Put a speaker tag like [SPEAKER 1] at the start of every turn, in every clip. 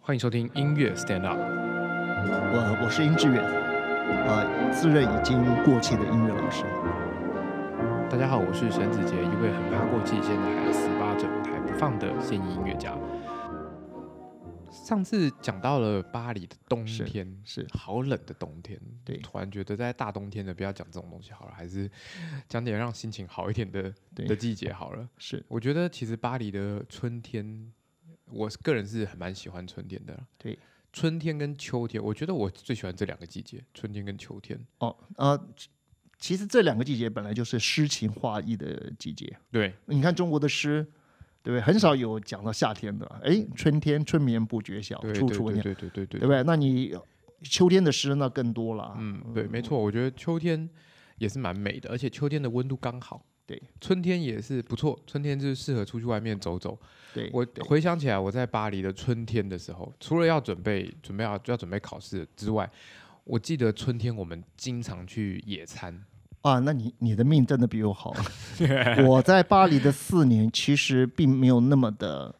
[SPEAKER 1] 欢迎收听音乐 Stand Up。
[SPEAKER 2] 我我是殷志远，呃，自认已经过气的音乐老师。
[SPEAKER 1] 大家好，我是沈子杰，一位很怕过气，现在还死扒整台不放的现役音乐家。上次讲到了巴黎的冬
[SPEAKER 2] 是
[SPEAKER 1] 天，
[SPEAKER 2] 是
[SPEAKER 1] 好冷的冬天，
[SPEAKER 2] 对
[SPEAKER 1] 突然觉得在大冬天的不要讲这种东西好了，还是讲点让心情好一点的
[SPEAKER 2] 对
[SPEAKER 1] 的季节好了。
[SPEAKER 2] 是，
[SPEAKER 1] 我觉得其实巴黎的春天，我是个人是很蛮喜欢春天的啦。
[SPEAKER 2] 对，
[SPEAKER 1] 春天跟秋天，我觉得我最喜欢这两个季节，春天跟秋天。
[SPEAKER 2] 哦，呃，其其实这两个季节本来就是诗情画意的季节。
[SPEAKER 1] 对，
[SPEAKER 2] 你看中国的诗，对不对？很少有讲到夏天的。哎，春天春眠不觉晓，
[SPEAKER 1] 对，
[SPEAKER 2] 处
[SPEAKER 1] 对
[SPEAKER 2] 处闻
[SPEAKER 1] 对
[SPEAKER 2] 鸟，
[SPEAKER 1] 对对对对
[SPEAKER 2] 对不对？那你秋天的诗那更多了啊。
[SPEAKER 1] 嗯，对，没错，我觉得秋天也是蛮美的，而且秋天的温度刚好。
[SPEAKER 2] 对，
[SPEAKER 1] 春天也是不错，春天就是适合出去外面走走。
[SPEAKER 2] 对，
[SPEAKER 1] 我
[SPEAKER 2] 对
[SPEAKER 1] 回想起来，我在巴黎的春天的时候，除了要准备准备要要准备考试之外，我记得春天我们经常去野餐。
[SPEAKER 2] 啊，那你你的命真的比我好。啊我在巴黎的四年，其实并没有那么的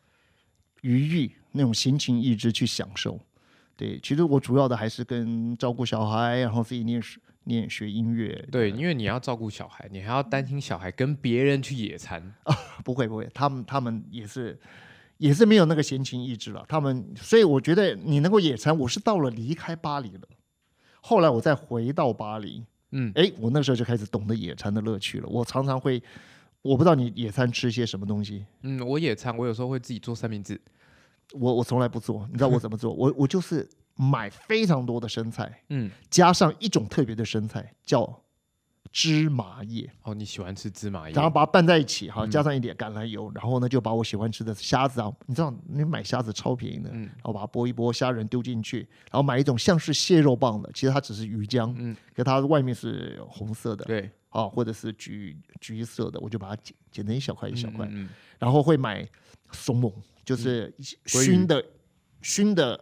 [SPEAKER 2] 愉悦，那种闲情逸致去享受。对，其实我主要的还是跟照顾小孩，然后自己念书、念学音乐。
[SPEAKER 1] 对，因为你要照顾小孩，你还要担心小孩跟别人去野餐。
[SPEAKER 2] 哦不会不会，他们他们也是也是没有那个闲情逸致了。他们，所以我觉得你能够野餐，我是到了离开巴黎了，后来我再回到巴黎，
[SPEAKER 1] 嗯，
[SPEAKER 2] 哎，我那时候就开始懂得野餐的乐趣了。我常常会，我不知道你野餐吃些什么东西，
[SPEAKER 1] 嗯，我野餐，我有时候会自己做三明治。
[SPEAKER 2] 我我从来不做，你知道我怎么做？我我就是买非常多的生菜，
[SPEAKER 1] 嗯，
[SPEAKER 2] 加上一种特别的生菜叫芝麻叶，
[SPEAKER 1] 哦，你喜欢吃芝麻叶
[SPEAKER 2] 然？后把它拌在一起
[SPEAKER 1] 嗯
[SPEAKER 2] 哈，加上一点橄榄油，然后呢就把我喜欢吃的虾子啊，你知道你买虾子超便宜的，
[SPEAKER 1] 嗯
[SPEAKER 2] 然后把它剥一剥，虾仁丢进去，然后买一种像是蟹肉棒的，其实它只是鱼浆，
[SPEAKER 1] 嗯，
[SPEAKER 2] 可它外面是红色的
[SPEAKER 1] 对，
[SPEAKER 2] 啊，或者是橘橘色的，我就把它剪剪成一小块一小块，
[SPEAKER 1] 嗯嗯嗯嗯
[SPEAKER 2] 然后会买松猛，就是熏的、熏的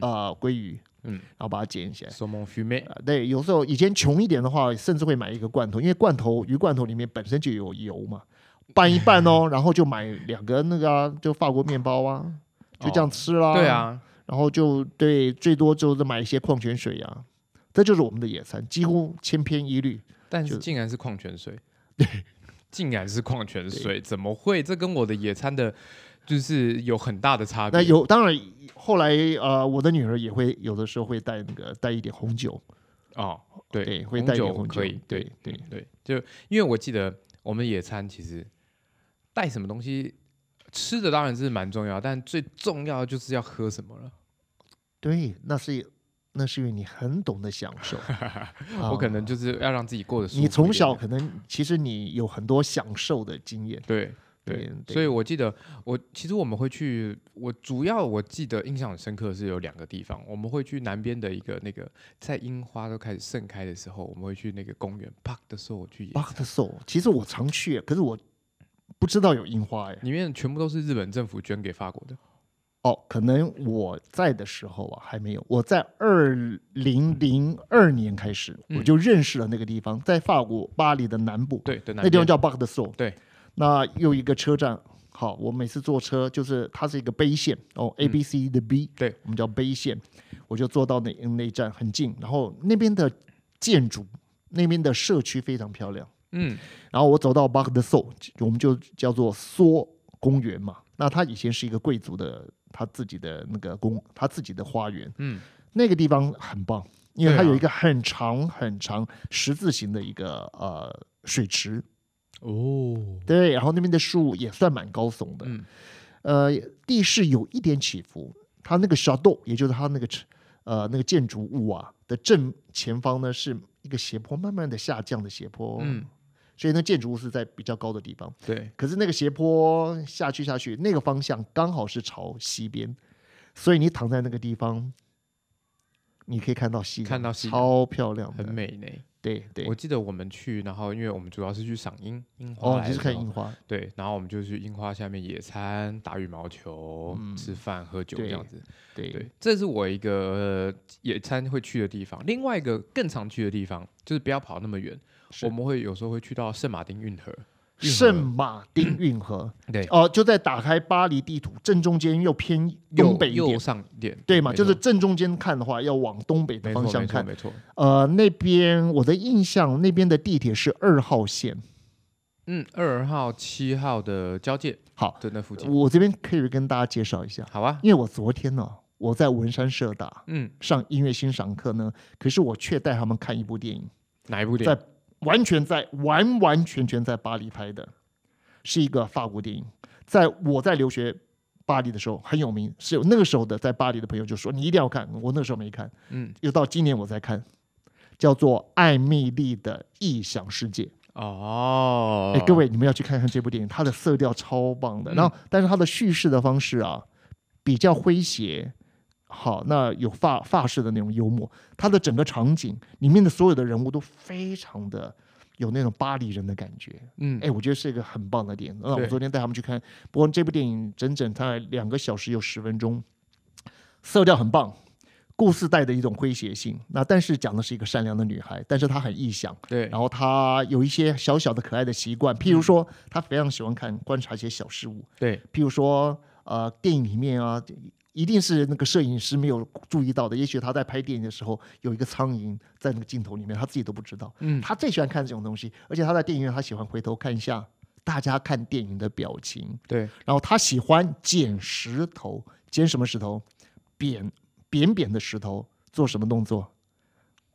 [SPEAKER 2] 呃鲑鱼，
[SPEAKER 1] 嗯
[SPEAKER 2] 然后把它剪起来。
[SPEAKER 1] 手忙须妹，
[SPEAKER 2] 啊，对，有时候以前穷一点的话，甚至会买一个罐头，因为罐头鱼罐头里面本身就有油嘛，拌一拌 哦，然后就买两个那个、啊、就法国面包啊，就这样吃啦。
[SPEAKER 1] 对，啊，
[SPEAKER 2] 然后就对，最多就是买一些矿泉水啊，这就是我们的野餐，几乎千篇一律。
[SPEAKER 1] 但是
[SPEAKER 2] 就
[SPEAKER 1] 竟然是矿泉水，竟然是矿泉水，怎么会？这跟我的野餐的，就是有很大的差别。
[SPEAKER 2] 那有当然，后来呃，我的女儿也会有的时候会带那个带一点红酒，
[SPEAKER 1] 哦，对，
[SPEAKER 2] 对
[SPEAKER 1] 红
[SPEAKER 2] 会带一点
[SPEAKER 1] 酒
[SPEAKER 2] 红酒
[SPEAKER 1] 可以，对
[SPEAKER 2] 对
[SPEAKER 1] 嗯对，就因为我记得我们野餐其实带什么东西吃的当然是蛮重要，但最重要的就是要喝什么了。
[SPEAKER 2] 对，那是那是因为你很懂得享 受。
[SPEAKER 1] 我可
[SPEAKER 2] 啊
[SPEAKER 1] 能就是要让自己过得舒服一
[SPEAKER 2] 你
[SPEAKER 1] 点。
[SPEAKER 2] 从小可能其实你有很多享受的经验，
[SPEAKER 1] 对
[SPEAKER 2] 对
[SPEAKER 1] 对，
[SPEAKER 2] 对
[SPEAKER 1] 所以我记得我其实我们会去，我主要我记得印象很深刻的是有两个地方，我们会去南边的一个那个在樱花都开始盛开的时候，我们会去那个公园 park 的时候我去野
[SPEAKER 2] Bug the Soul，其实我常去，可是我不知道有樱花哎。
[SPEAKER 1] 里面全部都是日本政府捐给法国的。
[SPEAKER 2] 哦，可能我在的时候啊还没有，我在二零零二年开始、我
[SPEAKER 1] 嗯
[SPEAKER 2] 就认识了那个地方，在法国巴黎的南部，
[SPEAKER 1] 对的，
[SPEAKER 2] 那地方
[SPEAKER 1] 叫
[SPEAKER 2] 叫 Bug the Soul。
[SPEAKER 1] 对，
[SPEAKER 2] 那又一个车站。好，我每次坐车就是它是一个杯线哦，A B C 的 B，、
[SPEAKER 1] 嗯对，
[SPEAKER 2] 我们叫杯线，我就坐到那那一站很近，然后那边的建筑，那边的社区非常漂亮。
[SPEAKER 1] 嗯
[SPEAKER 2] 然后我走到 Bark de Soul，我们就叫做梭公园嘛。那它以前是一个贵族的，他自己的那个公，他自己的花园，
[SPEAKER 1] 嗯，
[SPEAKER 2] 那个地方很棒，因为它
[SPEAKER 1] 对啊
[SPEAKER 2] 有一个很长很长十字形的一个呃水池，
[SPEAKER 1] 哦，
[SPEAKER 2] 对，然后那边的树也算蛮高耸的，
[SPEAKER 1] 嗯
[SPEAKER 2] 呃，地势有一点起伏。它那个小豆，也就是它那个池呃那个建筑物啊的正前方呢是一个斜坡，慢慢的下降的斜坡，
[SPEAKER 1] 嗯，
[SPEAKER 2] 所以呢建筑物是在比较高的地方。
[SPEAKER 1] 对，
[SPEAKER 2] 可是那个斜坡下去下去，那个方向刚好是朝西边，所以你躺在那个地方，你可以看到夕阳，
[SPEAKER 1] 看到夕阳
[SPEAKER 2] 超漂亮的，
[SPEAKER 1] 很美呢。
[SPEAKER 2] 对对
[SPEAKER 1] 我。记得我们去，然后因为我们主要是去赏樱，樱花
[SPEAKER 2] 哦，
[SPEAKER 1] 来的
[SPEAKER 2] 你是
[SPEAKER 1] 时
[SPEAKER 2] 看
[SPEAKER 1] 候
[SPEAKER 2] 樱花，
[SPEAKER 1] 对，然后我们就去樱花下面野餐、打羽毛球、吃饭、喝酒这
[SPEAKER 2] 嗯对
[SPEAKER 1] 样子。
[SPEAKER 2] 对
[SPEAKER 1] 对，这是我一个、呃野餐会去的地方。另外一个更常去的地方就是不要跑那么远，
[SPEAKER 2] 是
[SPEAKER 1] 我们会有时候会去到圣马丁运河。运河
[SPEAKER 2] 圣马丁运河，
[SPEAKER 1] 对，
[SPEAKER 2] 哦、就在打开巴黎地图正中间，又偏
[SPEAKER 1] 右
[SPEAKER 2] 东北一
[SPEAKER 1] 右
[SPEAKER 2] 点，
[SPEAKER 1] 上一点，
[SPEAKER 2] 对嘛？
[SPEAKER 1] 没
[SPEAKER 2] 就
[SPEAKER 1] 错
[SPEAKER 2] 是正中间看的话，要往东北的
[SPEAKER 1] 没
[SPEAKER 2] 方
[SPEAKER 1] 错
[SPEAKER 2] 向
[SPEAKER 1] 没错
[SPEAKER 2] 看。
[SPEAKER 1] 没错，
[SPEAKER 2] 呃，那边我的印象，那边的地铁是二号线。
[SPEAKER 1] 嗯，二号七号的交界，
[SPEAKER 2] 好，
[SPEAKER 1] 就那附近，
[SPEAKER 2] 我这边可以跟大家介绍一下，
[SPEAKER 1] 好啊，
[SPEAKER 2] 因为我昨天呢、我在文山社大
[SPEAKER 1] 嗯，
[SPEAKER 2] 上音乐欣赏课呢，可是我却带他们看一部电影，
[SPEAKER 1] 哪一部电
[SPEAKER 2] 在
[SPEAKER 1] 影？
[SPEAKER 2] 完全在完完全全在巴黎拍的，是一个法国电影。在我在留学巴黎的时候很有名，是有那个时候的在巴黎的朋友就说你一定要看，我那个时候没看，
[SPEAKER 1] 嗯，
[SPEAKER 2] 又到今年我才看，叫做《艾米丽的异想世界》。
[SPEAKER 1] 哦
[SPEAKER 2] 哎，，各，位，你们要去看看这部电影，它的色调超棒
[SPEAKER 1] 嗯
[SPEAKER 2] 的。然后，但是它的叙事的方式啊，比较诙谐。好，那有法法式的那种幽默，它的整个场景里面的所有的人物都非常的有那种巴黎人的感觉。
[SPEAKER 1] 嗯，
[SPEAKER 2] 哎，我觉得是一个很棒的电影。那我
[SPEAKER 1] 对
[SPEAKER 2] 昨天带他们去看，不过这部电影整整大概两个小时有十分钟，色调很棒，故事带的一种诙谐性。那但是讲的是一个善良的女孩，但是她很异想，
[SPEAKER 1] 对，
[SPEAKER 2] 然后他有一些小小的可爱的习惯，譬如说，
[SPEAKER 1] 嗯
[SPEAKER 2] 他非常喜欢看观察一些小事物，
[SPEAKER 1] 对，
[SPEAKER 2] 譬如说，呃，电影里面啊，一定是那个摄影师没有注意到的，也许他在拍电影的时候有一个苍蝇在那个镜头里面，他自己都不知道。
[SPEAKER 1] 嗯
[SPEAKER 2] 他最喜欢看这种东西，而且他在电影院，他喜欢回头看一下大家看电影的表情，
[SPEAKER 1] 对，
[SPEAKER 2] 然后他喜欢捡石头，捡什么石头？扁扁扁的石头，做什么动作？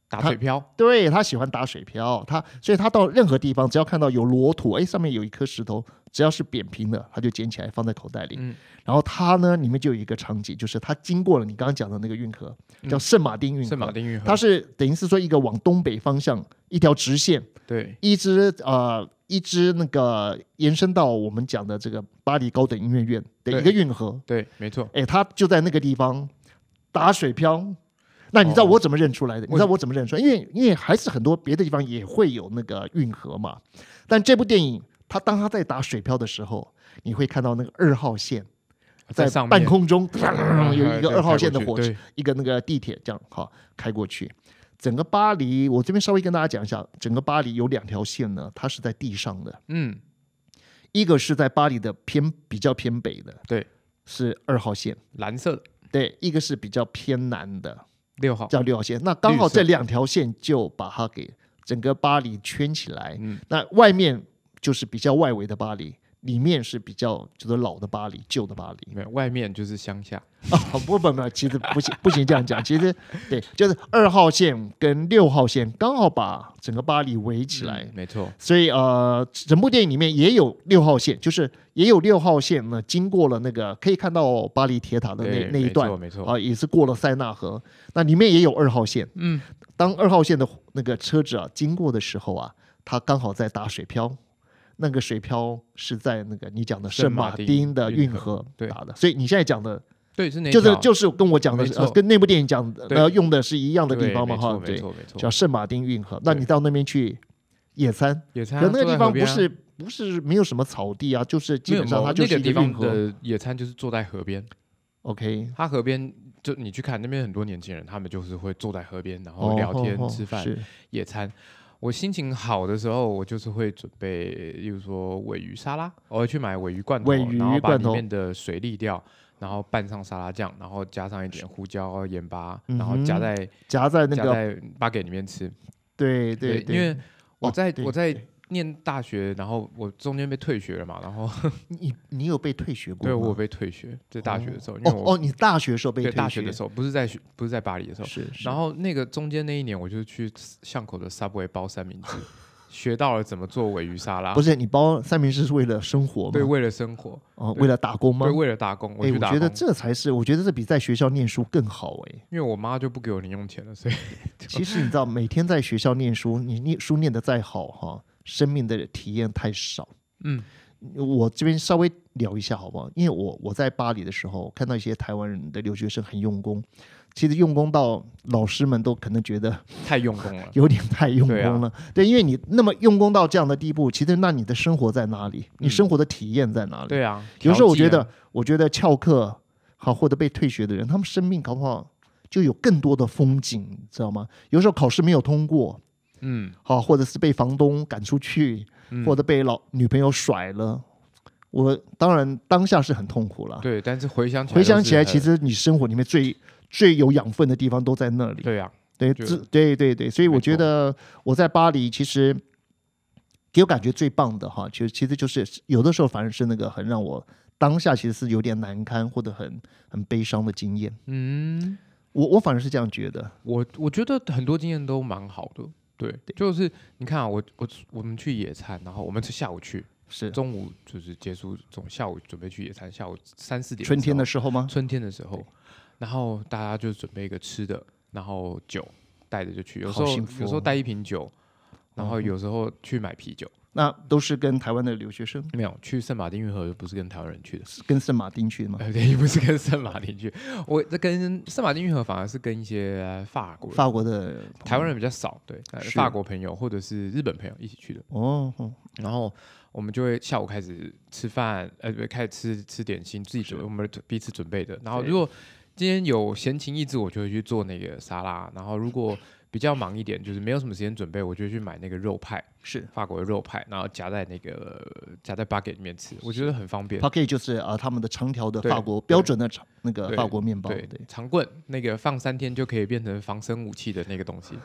[SPEAKER 1] 打
[SPEAKER 2] 他
[SPEAKER 1] 水漂，
[SPEAKER 2] 对他喜欢打水漂，他所以他到任何地方，只要看到有裸土，哎，上面有一颗石头，只要是扁平的，他就捡起来放在口袋里。
[SPEAKER 1] 嗯
[SPEAKER 2] 然后他呢，里面就有一个场景，就是他经过了你刚刚讲的那个运河，叫圣马丁运河。
[SPEAKER 1] 嗯圣马丁运河，
[SPEAKER 2] 它嗯是等于是说一个往东北方向一条直线，
[SPEAKER 1] 对，
[SPEAKER 2] 一直呃一直那个延伸到我们讲的这个巴黎高等音乐院的一个
[SPEAKER 1] 对
[SPEAKER 2] 运河。
[SPEAKER 1] 对，没错，
[SPEAKER 2] 哎，他就在那个地方打水漂。那你知道
[SPEAKER 1] 哦
[SPEAKER 2] 我怎么认出来的？你知道
[SPEAKER 1] 为什么
[SPEAKER 2] 我怎么认出来？因为因为还是很多别的地方也会有那个运河嘛。但这部电影，他当他在打水漂的时候，你会看到那个二号线在
[SPEAKER 1] 上
[SPEAKER 2] 半
[SPEAKER 1] 面
[SPEAKER 2] 空中
[SPEAKER 1] 啊
[SPEAKER 2] 有一 个
[SPEAKER 1] 对
[SPEAKER 2] 二
[SPEAKER 1] 开
[SPEAKER 2] 号
[SPEAKER 1] 过
[SPEAKER 2] 线的
[SPEAKER 1] 去
[SPEAKER 2] 火车
[SPEAKER 1] 对，
[SPEAKER 2] 一个那个地铁这样好开过去。整个巴黎，我这边稍微跟大家讲一下，整个巴黎有两条线呢，它是在地上的，
[SPEAKER 1] 嗯，
[SPEAKER 2] 一个是在巴黎的偏比较偏北的，
[SPEAKER 1] 对，
[SPEAKER 2] 是二号线。
[SPEAKER 1] 蓝色的
[SPEAKER 2] 对，一个是比较偏南的，
[SPEAKER 1] 六号，
[SPEAKER 2] 叫六号线。那刚好
[SPEAKER 1] 哦绿色
[SPEAKER 2] 这两条线就把它给整个巴黎圈起来。
[SPEAKER 1] 嗯
[SPEAKER 2] 那外面就是比较外围的巴黎，里面是比较就是老的巴黎、旧的巴黎。
[SPEAKER 1] 没有，外面就是乡下，
[SPEAKER 2] 啊，不不不，其实不行不行这样讲，其实对，就是二号线跟六号线刚好把整个巴黎围起来。
[SPEAKER 1] 嗯没错，
[SPEAKER 2] 所以呃，整部电影里面也有六号线，就是也有六号线呢，经过了那个可以看到巴黎铁塔的那
[SPEAKER 1] 对
[SPEAKER 2] 那一段
[SPEAKER 1] 没错，没错，
[SPEAKER 2] 啊，也是过了塞纳河，那里面也有二号线。
[SPEAKER 1] 嗯，
[SPEAKER 2] 当二号线的那个车子啊经过的时候啊，它刚好在打水漂，那个水漂是在那个你讲的
[SPEAKER 1] 圣
[SPEAKER 2] 圣
[SPEAKER 1] 马
[SPEAKER 2] 马
[SPEAKER 1] 丁
[SPEAKER 2] 丁的
[SPEAKER 1] 运
[SPEAKER 2] 运
[SPEAKER 1] 河
[SPEAKER 2] 河
[SPEAKER 1] 对
[SPEAKER 2] 打的，所以你现在讲的
[SPEAKER 1] 对，是那一
[SPEAKER 2] 就是
[SPEAKER 1] 条
[SPEAKER 2] 就是跟我讲的
[SPEAKER 1] 没
[SPEAKER 2] 呃
[SPEAKER 1] 错
[SPEAKER 2] 跟那部电影讲的
[SPEAKER 1] 对
[SPEAKER 2] 呃用的是一样的
[SPEAKER 1] 对
[SPEAKER 2] 地方嘛
[SPEAKER 1] 没
[SPEAKER 2] 哈
[SPEAKER 1] 错，没
[SPEAKER 2] 对，
[SPEAKER 1] 错，没错，
[SPEAKER 2] 叫圣马丁运河。那
[SPEAKER 1] 对
[SPEAKER 2] 你到那边去野餐，
[SPEAKER 1] 野餐
[SPEAKER 2] 可
[SPEAKER 1] 啊，
[SPEAKER 2] 能那个
[SPEAKER 1] 坐
[SPEAKER 2] 地
[SPEAKER 1] 在
[SPEAKER 2] 方
[SPEAKER 1] 河
[SPEAKER 2] 不
[SPEAKER 1] 边啊
[SPEAKER 2] 是不是没有什么草地啊，就是基
[SPEAKER 1] 没有
[SPEAKER 2] 本上它
[SPEAKER 1] 某
[SPEAKER 2] 就
[SPEAKER 1] 那
[SPEAKER 2] 是
[SPEAKER 1] 个
[SPEAKER 2] 一
[SPEAKER 1] 地
[SPEAKER 2] 个运
[SPEAKER 1] 方
[SPEAKER 2] 河。
[SPEAKER 1] 的野餐就是坐在河边，
[SPEAKER 2] OK，
[SPEAKER 1] 它河边就你去看那边很多年轻人，他们就是会坐在河边，然
[SPEAKER 2] 哦
[SPEAKER 1] 后聊天、
[SPEAKER 2] 哦哦
[SPEAKER 1] 吃饭、
[SPEAKER 2] 是
[SPEAKER 1] 野餐。我心情好的时候，我就是会准备，例如说尾鱼沙拉，我会去买尾鱼罐头，
[SPEAKER 2] 尾鱼
[SPEAKER 1] 然后把
[SPEAKER 2] 罐
[SPEAKER 1] 里
[SPEAKER 2] 头
[SPEAKER 1] 面的水沥掉，然后拌上沙拉酱，然后加上一点胡椒、盐巴，然后
[SPEAKER 2] 嗯哼
[SPEAKER 1] 夹在、
[SPEAKER 2] 夹在那
[SPEAKER 1] 夹
[SPEAKER 2] 个
[SPEAKER 1] 在巴给里面吃。
[SPEAKER 2] 对对对，
[SPEAKER 1] 因为我
[SPEAKER 2] 哦
[SPEAKER 1] 在、
[SPEAKER 2] 对
[SPEAKER 1] 我在
[SPEAKER 2] 对
[SPEAKER 1] 念大学，然后我中间被退学了嘛，然
[SPEAKER 2] 哦
[SPEAKER 1] 后
[SPEAKER 2] 你你有被退学过 吗？
[SPEAKER 1] 对我有被退学，在大学的时候，因为
[SPEAKER 2] 哦
[SPEAKER 1] 我
[SPEAKER 2] 哦，你大学的时候被
[SPEAKER 1] 对
[SPEAKER 2] 退学
[SPEAKER 1] 大学的时候不是在学不是在巴黎的时候，
[SPEAKER 2] 是是
[SPEAKER 1] 然后那个中间那一年，我就去巷口的 Subway 包三明 治，学到了怎么做尾鱼沙拉。
[SPEAKER 2] 不
[SPEAKER 1] 是
[SPEAKER 2] 是你包三明治是为了生活吗？
[SPEAKER 1] 对，为了生活，
[SPEAKER 2] 哦，
[SPEAKER 1] 对
[SPEAKER 2] 为了打工吗
[SPEAKER 1] 对，？为了打工，我
[SPEAKER 2] 哎，
[SPEAKER 1] 去
[SPEAKER 2] 我
[SPEAKER 1] 打
[SPEAKER 2] 觉
[SPEAKER 1] 工。
[SPEAKER 2] 得这才是，我觉得这比在学校念书更好哎。
[SPEAKER 1] 因为我妈就不给我零用钱了， 所以
[SPEAKER 2] 其实你知道，每天在学校念书，你念书念得再好哈，生命的体验太少。
[SPEAKER 1] 嗯，
[SPEAKER 2] 我这边稍微聊一下好不好？因为我我在巴黎的时候，看到一些台湾人的留学生很用功，其实用功到老师们都可能觉得
[SPEAKER 1] 太用功了。
[SPEAKER 2] 有点太用
[SPEAKER 1] 对啊
[SPEAKER 2] 功了。对，因为你那么用功到这样的地步，其实那你的生活在哪里？你
[SPEAKER 1] 嗯
[SPEAKER 2] 生活的体验在哪里？
[SPEAKER 1] 对啊，
[SPEAKER 2] 有时候我觉
[SPEAKER 1] 调剂啊
[SPEAKER 2] 得，我觉得翘课好或者被退学的人，他们生命搞不好就有更多的风景，你知道吗？有时候考试没有通过，
[SPEAKER 1] 嗯，
[SPEAKER 2] 好，或者是被房东赶出去，或者被老女朋友甩了，我当然当下是很痛苦了。
[SPEAKER 1] 对，但是回想起来
[SPEAKER 2] 回想起来，
[SPEAKER 1] 都
[SPEAKER 2] 其
[SPEAKER 1] 是很
[SPEAKER 2] 实你生活里面最最有养分的地方都在那里。
[SPEAKER 1] 对啊，
[SPEAKER 2] 对，
[SPEAKER 1] 就
[SPEAKER 2] 自对对对，所以我
[SPEAKER 1] 没
[SPEAKER 2] 觉
[SPEAKER 1] 错
[SPEAKER 2] 得我在巴黎其实给我感觉最棒的哈，其实其实就是有的时候反而是那个很让我当下其实是有点难堪或者很很悲伤的经验，
[SPEAKER 1] 嗯。
[SPEAKER 2] 我我反而是这样觉得。
[SPEAKER 1] 我我觉得很多经验都蛮好的，对，就是你看啊，我我我们去野餐，然后我们是下午去，
[SPEAKER 2] 是
[SPEAKER 1] 中午就是结束，总下午准备去野餐，下午三四点，
[SPEAKER 2] 春天的时候吗？
[SPEAKER 1] 春天的时候，然后大家就准备一个吃的，然后酒带着就去，有时
[SPEAKER 2] 好
[SPEAKER 1] 候、
[SPEAKER 2] 幸福
[SPEAKER 1] 有时
[SPEAKER 2] 哦
[SPEAKER 1] 候带一瓶酒，然后
[SPEAKER 2] 嗯
[SPEAKER 1] 有时候去买啤酒，
[SPEAKER 2] 那都是跟台湾的留学生，
[SPEAKER 1] 没有去圣马丁运河，不是跟台湾人去的，
[SPEAKER 2] 是跟圣马丁去的吗？
[SPEAKER 1] 呃， 对，不是跟圣马丁去，我这跟圣马丁运河反而是跟一些法国人
[SPEAKER 2] 法国的
[SPEAKER 1] 台湾人比较少，对，呃
[SPEAKER 2] 是
[SPEAKER 1] 法国朋友或者是日本朋友一起去的。
[SPEAKER 2] 哦，哦
[SPEAKER 1] 然后我们就会下午开始吃饭，呃，不开始吃吃点心，自己准备我们彼此准备的。然后
[SPEAKER 2] 对
[SPEAKER 1] 如果今天有闲情逸致，我就会去做那个沙拉。然后如果比较忙一点，就是没有什么时间准备，我就会去买那个肉派，
[SPEAKER 2] 是
[SPEAKER 1] 法国的肉派，然后夹在那个夹在 bucket 里面吃，我觉得很方便
[SPEAKER 2] p。a k e 就是啊、呃他们的长条的
[SPEAKER 1] 对
[SPEAKER 2] 法国
[SPEAKER 1] 对
[SPEAKER 2] 标准的长那个
[SPEAKER 1] 对
[SPEAKER 2] 法国面包，
[SPEAKER 1] 对
[SPEAKER 2] 对，
[SPEAKER 1] 长棍那个放三天就可以变成防身武器的那个东西。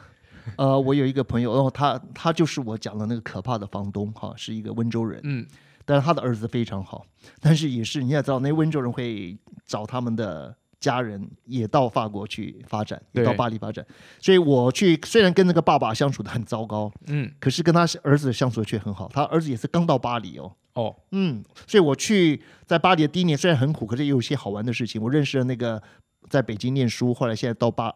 [SPEAKER 2] 呃，我有一个朋友，然后他他就是我讲的那个可怕的房东哈，是一个温州人，
[SPEAKER 1] 嗯，
[SPEAKER 2] 但是他的儿子非常好，但是也是你也知道，那温州人会找他们的家人也到法国去发展，也
[SPEAKER 1] 对
[SPEAKER 2] 到巴黎发展，所以我去虽然跟那个爸爸相处的很糟糕，
[SPEAKER 1] 嗯，
[SPEAKER 2] 可是跟他儿子相处的却很好，他儿子也是刚到巴黎哦，
[SPEAKER 1] 哦，
[SPEAKER 2] 嗯，所以我去在巴黎的第一年虽然很苦，可是也有一些好玩的事情。我认识了那个在北京念书，后来现在到巴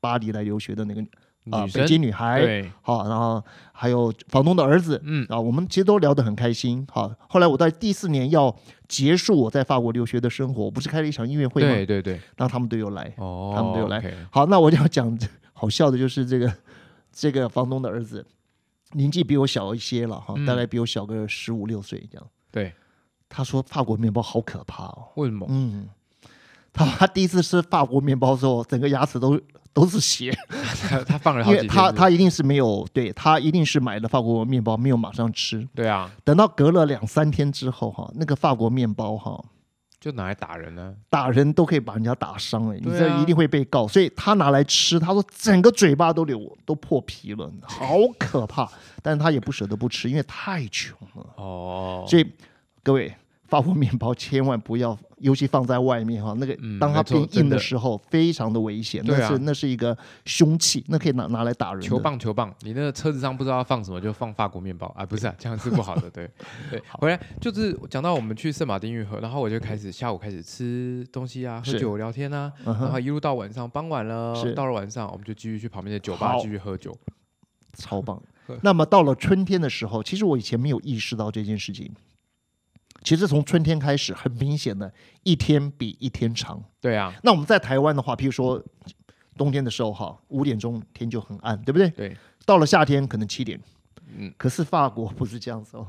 [SPEAKER 2] 巴黎来留学的那个啊、
[SPEAKER 1] 女
[SPEAKER 2] 北
[SPEAKER 1] 生
[SPEAKER 2] 京女孩，
[SPEAKER 1] 对，
[SPEAKER 2] 好，然后还有房东的儿子，
[SPEAKER 1] 嗯，
[SPEAKER 2] 啊，我们其实都聊得很开心。好，后来我在第四年要结束我在法国留学的生活，我不是开了一场音乐会
[SPEAKER 1] 对
[SPEAKER 2] 吗？
[SPEAKER 1] 对对，
[SPEAKER 2] 那他们都有来。
[SPEAKER 1] 哦，
[SPEAKER 2] 他们都有来
[SPEAKER 1] OK
[SPEAKER 2] 好，那我就要讲好笑的，就是这个这个房东的儿子，年纪比我小一些了哈，
[SPEAKER 1] 嗯
[SPEAKER 2] 大概比我小个十五六岁这样。
[SPEAKER 1] 对，
[SPEAKER 2] 他说法国面包好可怕哦。
[SPEAKER 1] 为 什么？
[SPEAKER 2] 嗯，他他第一次吃法国面包的时候，整个牙齿都都是血，
[SPEAKER 1] 他他放了好
[SPEAKER 2] 因
[SPEAKER 1] 几天
[SPEAKER 2] 为他
[SPEAKER 1] 是不是
[SPEAKER 2] 他一定是没有，对他一定是买了法国面包，没有马上吃。
[SPEAKER 1] 对啊，
[SPEAKER 2] 等到隔了两三天之后，哈，那个法国面包哈，
[SPEAKER 1] 就拿来打人啊呢、
[SPEAKER 2] 打人都可以把人家打伤哎了，你
[SPEAKER 1] 对啊
[SPEAKER 2] 这一定会被告。所以他拿来吃，他说整个嘴巴都流都破皮了，好可怕。但是他也不舍得不吃，因为太穷了。
[SPEAKER 1] 哦，
[SPEAKER 2] 所以各位，法国面包千万不要，尤其放在外面哈，那个
[SPEAKER 1] 嗯
[SPEAKER 2] 当它
[SPEAKER 1] 没错
[SPEAKER 2] 变
[SPEAKER 1] 真
[SPEAKER 2] 硬的
[SPEAKER 1] 的
[SPEAKER 2] 时候，非常的危险，
[SPEAKER 1] 对
[SPEAKER 2] 那
[SPEAKER 1] 啊
[SPEAKER 2] 是那是一个凶器，那可以拿拿来打人的。
[SPEAKER 1] 球棒球棒，你那个车子上不知道要放什么，就放法国面包啊，不是、啊、这样是不好的。对 对，回来就是讲到我们去圣马丁运河，然后我就开始下午开始吃东西啊，喝
[SPEAKER 2] 是
[SPEAKER 1] 酒聊天啊，
[SPEAKER 2] 嗯
[SPEAKER 1] 然
[SPEAKER 2] 哼，
[SPEAKER 1] 后一路到晚上，傍晚了
[SPEAKER 2] 是，
[SPEAKER 1] 到了晚上我们就继续去旁边的酒吧
[SPEAKER 2] 好
[SPEAKER 1] 继续喝酒。
[SPEAKER 2] 超棒。那么到了春天的时候，其实我以前没有意识到这件事情。其实从春天开始，很明显的，一天比一天长。
[SPEAKER 1] 对啊，
[SPEAKER 2] 那我们在台湾的话，譬如说冬天的时候哈，五点钟天就很暗，对不对？
[SPEAKER 1] 对，
[SPEAKER 2] 到了夏天可能七点，
[SPEAKER 1] 嗯
[SPEAKER 2] 可是法国不是这样子哦。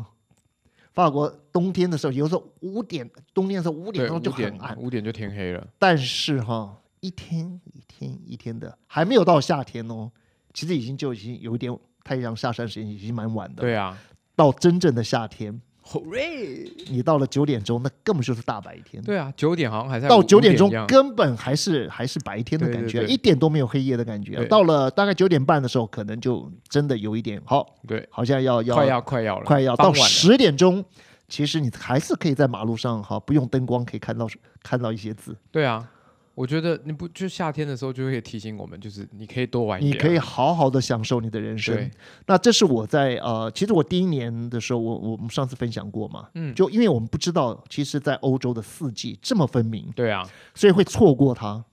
[SPEAKER 2] 法国冬天的时候，有时候五点，冬天的时候五
[SPEAKER 1] 对，
[SPEAKER 2] 点
[SPEAKER 1] 五
[SPEAKER 2] 钟就很
[SPEAKER 1] 点
[SPEAKER 2] 暗，
[SPEAKER 1] 五点就天黑了。
[SPEAKER 2] 但是哈，一天一天一天的，还没有到夏天哦，其实已经就已经有一点太阳下山时间已经蛮晚的。
[SPEAKER 1] 对啊，
[SPEAKER 2] 到真正的夏天，
[SPEAKER 1] Hooray！
[SPEAKER 2] 你到了九点钟，那根本就是大白天。
[SPEAKER 1] 对啊，九点好像还在
[SPEAKER 2] 到
[SPEAKER 1] 五
[SPEAKER 2] 九点
[SPEAKER 1] 点
[SPEAKER 2] 钟
[SPEAKER 1] 一样
[SPEAKER 2] 根本还是还是白天的
[SPEAKER 1] 对
[SPEAKER 2] 感
[SPEAKER 1] 对
[SPEAKER 2] 觉，啊
[SPEAKER 1] 对
[SPEAKER 2] 一点都没有黑夜的感觉。啊
[SPEAKER 1] 对
[SPEAKER 2] 到了大概九点半的时候，可能就真的有一点好，
[SPEAKER 1] 对，
[SPEAKER 2] 好像要要
[SPEAKER 1] 快要快要了，
[SPEAKER 2] 快要
[SPEAKER 1] 傍
[SPEAKER 2] 到
[SPEAKER 1] 晚了
[SPEAKER 2] 十点钟，其实你还是可以在马路上哈，不用灯光可以看到看到一些字，
[SPEAKER 1] 对啊，我觉得你不就夏天的时候就可以提醒我们，就是你可以多玩一
[SPEAKER 2] 你
[SPEAKER 1] 点啊，
[SPEAKER 2] 可以好好的享受你的人生
[SPEAKER 1] 对。
[SPEAKER 2] 那这是我在呃，其实我第一年的时候，我我们上次分享过嘛，
[SPEAKER 1] 嗯
[SPEAKER 2] 就因为我们不知道，其实，在欧洲的四季这么分明，
[SPEAKER 1] 对啊，
[SPEAKER 2] 所以会错过它，